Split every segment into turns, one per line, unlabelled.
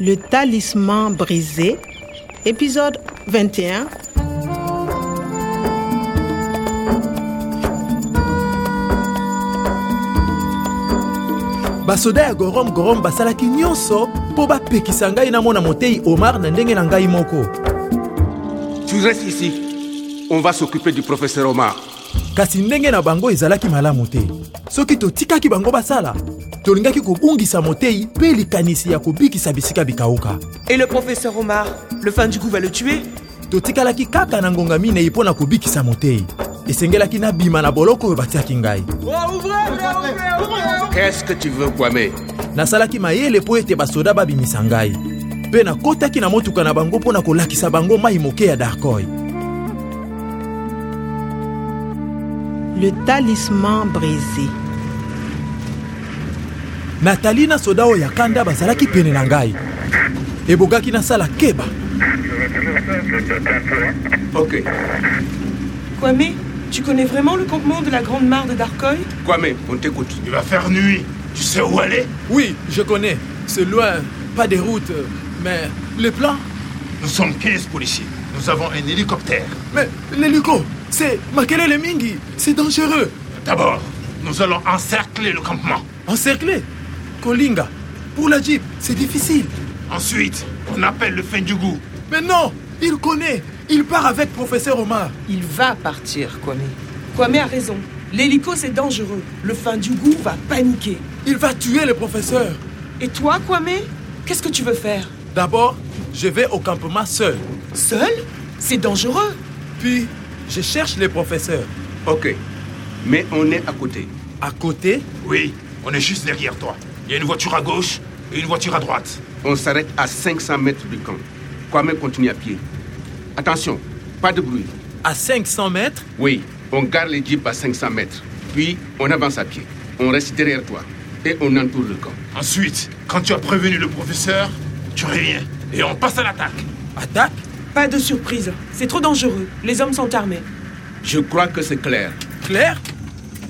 Le talisman brisé, épisode 21.
basoda ya gorom gorom basalaki nyonso mpo bapekisa ngai na mwana motei omar na ndenge na ngai moko
Tu restes ici. On va s'occuper du professeur Omar.
kasi ndenge na bango ezalaki malamu te soki totikaki bango basala tolingaki kobungisa motei mpe likanisi ya kobikisa bisika bikauka
Et le professeur Omar, le fin du coup va le tuer
totikalaki kaka na ngonga minei mpo na kobikisa motei esengelaki nabima na boloko oyo batiaki ngai
Qu'est-ce que tu veux, Kwame
nasalaki mayele mpo ete basoda babimisa ngai mpe nakotaki na motuka na bango mpo na kolakisa bango mai moke ya darkoy
Le talisman brisé.
natali na soda oyo ya kanda bazalaki pene na ngai ebokaki nasala keba
Ok.
Kwame, tu connais vraiment le campement de la Grande Mare de Darkoy
Kwame, on t'écoute.
Il va faire nuit. Tu sais où aller
oui je connais c'est loin pas de route mais le plan
Nous sommes 15 policiers. Nous avons un hélicoptère.
mais l'hélico c'est makelele mingi c'est dangereux
D'abord, nous allons encercler le campement.
encerclé kolinga pour la jeep c'est difficile
Ensuite, on appelle le fin du goût.
mais non il connaît il part avec professeur omar
Il va partir, Kwame. Kwame a raison. L'hélico, c'est dangereux. Le fin du goût va paniquer.
il va tuer le professeur
Et toi, Kwame Qu'est-ce que tu veux faire
d'abord je vais au campement seul
Seul C'est dangereux.
puis je cherche le professeur
Ok. Mais on est à côté.
à côté
Oui, on est juste derrière toi. Il y a une voiture à gauche et une voiture à droite.
On s'arrête à 500 mètres du camp. Kwame continue à pied. Attention, pas de bruit.
à 500 mètres
Oui, on garde les jeeps à 500 mètres. Puis, on avance à pied. On reste derrière toi. Et on entoure le camp.
Ensuite, quand tu as prévenu le professeur, tu reviens et on passe à l'attaque.
Attaque
Pas de surprise. C'est trop dangereux. Les hommes sont armés.
Je crois que c'est clair.
Claire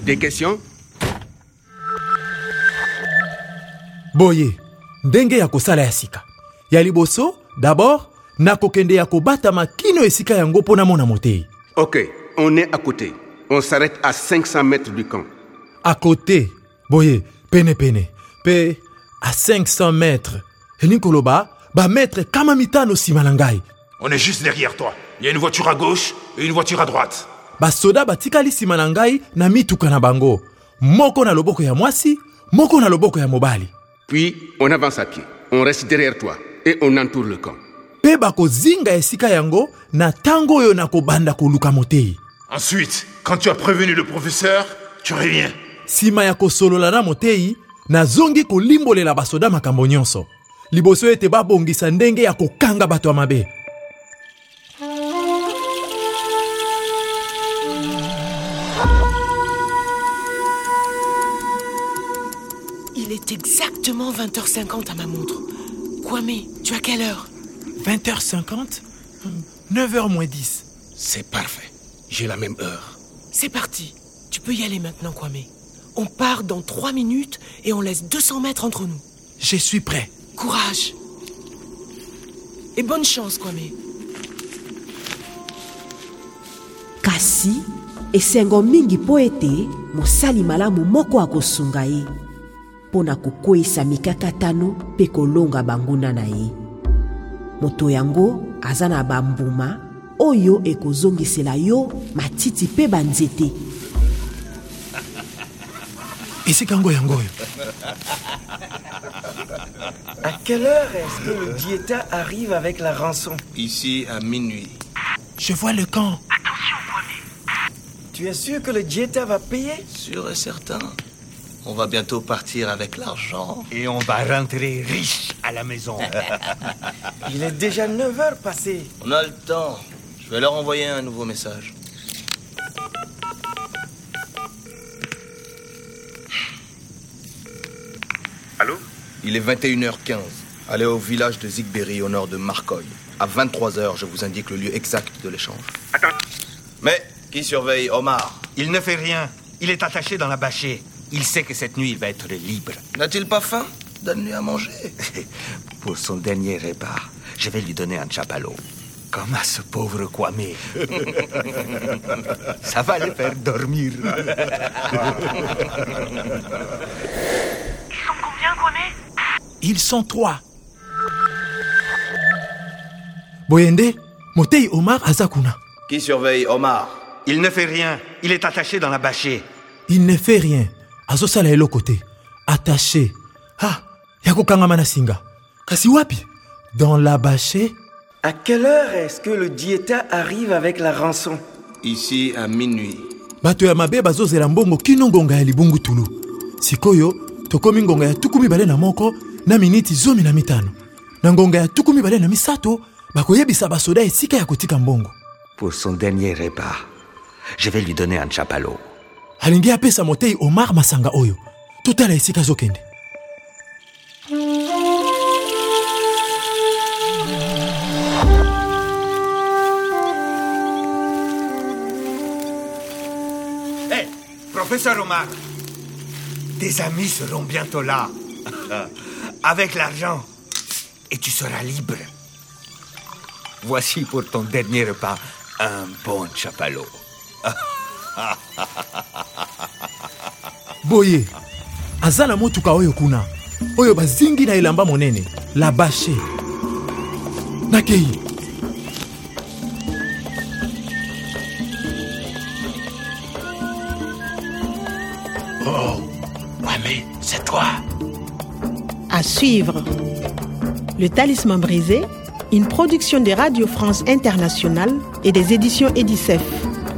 Des questions
boye ndenge ya kosala ya sika ya liboso d'abord nakokende ya kobatama kino esika yango mpo namona motei
Ok, on est à côté. On s'arrête à 500 mètres du camp.
akote boye penepene mpe a 500 metre elingi koloba bametre nkama mitano nsima na ngai
On est juste derrière toi. Il y a une voiture à gauche et une voiture à droite.
basoda batikali nsima na ngai na mituka na bango moko na loboko ya mwasi moko na loboko ya mobali
Puis, on avance à pied. On reste derrière toi. Et on entoure le camp.
mpe bakozinga esika yango na ntango oyo nakobanda koluka motei
Ensuite, quand tu as prévenu le professeur, tu reviens.
nsima ya kosolola na motei nazongi kolimbolela basoda makambo nyonso liboso ete babongisa ndenge ya kokanga bato ya mabe
Il est exactement 20h50 à ma montre. Kwame, tu as quelle heure
20h50 9h moins 10
C'est parfait. J'ai la même heure.
C'est parti. Tu peux y aller maintenant, Kwame. On part dans 3 minutes et on laisse 200 mètres entre nous.
je suis prêt
Courage. Et bonne chance, Kwame.
kasi esengo mingi mpo ete mosali malamu moko akosunga ye mpo na kokweyisa mikakatano mpe kolonga banguna na ye moto yango aza na bambuma oyo ekozongisela yo matiti mpe banzete
esika yango yango oyo
À quelle heure est-ce que le diéta arrive avec la rançon
Ici à minuit.
je vois le camp
Tu es sûr que le diéta va payer
Sûr et certain. On va bientôt partir avec l'argent.
Et on va rentrer riche à la maison.
Il est déjà 9h passé.
On a le temps. Je vais leur envoyer un nouveau message.
Allô
Il est 21h15. Allez au village de Zigberry au nord de Marcoy. À 23h, je vous indique le lieu exact de l'échange. Mais qui surveille Omar
Il ne fait rien. Il est attaché dans la bâchée. Il sait que cette nuit il va être libre.
N'a-t-il pas faim Donne-lui à manger.
Pour son dernier repas, je vais lui donner un chapalot. Comme à ce pauvre Kwame. Ça va le faire dormir.
Ils sont combien, Kwame
Ils sont trois.
boyende motei omar aza kuna
Qui surveille Omar
Il ne fait rien. Il est attaché dans la bâchée.
il ne fait rien azosala eloko te attaché ah ya kokangama na singa kasi wapi dans la bâche
À quelle heure est-ce que le diéta arrive avec la rançon
Ici à minuit.
bato ya mabe bazozela mbongo kino ngonga ya libungutulu sikoyo tokomi ngonga ya tuku mibale na moko na miniti zomi na mitano na ngonga ya tuku mibale na misato bakoyebisa basoda esika ya kotika mbongo
Pour son dernier repas, je vais lui donner un chapalot.
alingi apesa motei omar masanga oyo totala esika azokende
Hé, professeur Omar, tes amis seront bientôt là. Avec l'argent. Et tu seras libre. Voici pour ton dernier repas un bon chapalot.
boye aza na motuka oyo kuna oyo bazingi na elamba monene labashe nakei
Oh, Kwame, c'est toi.
À suivre. Le Talisman brisé, une production de Radio France Internationale et des éditions Edicef.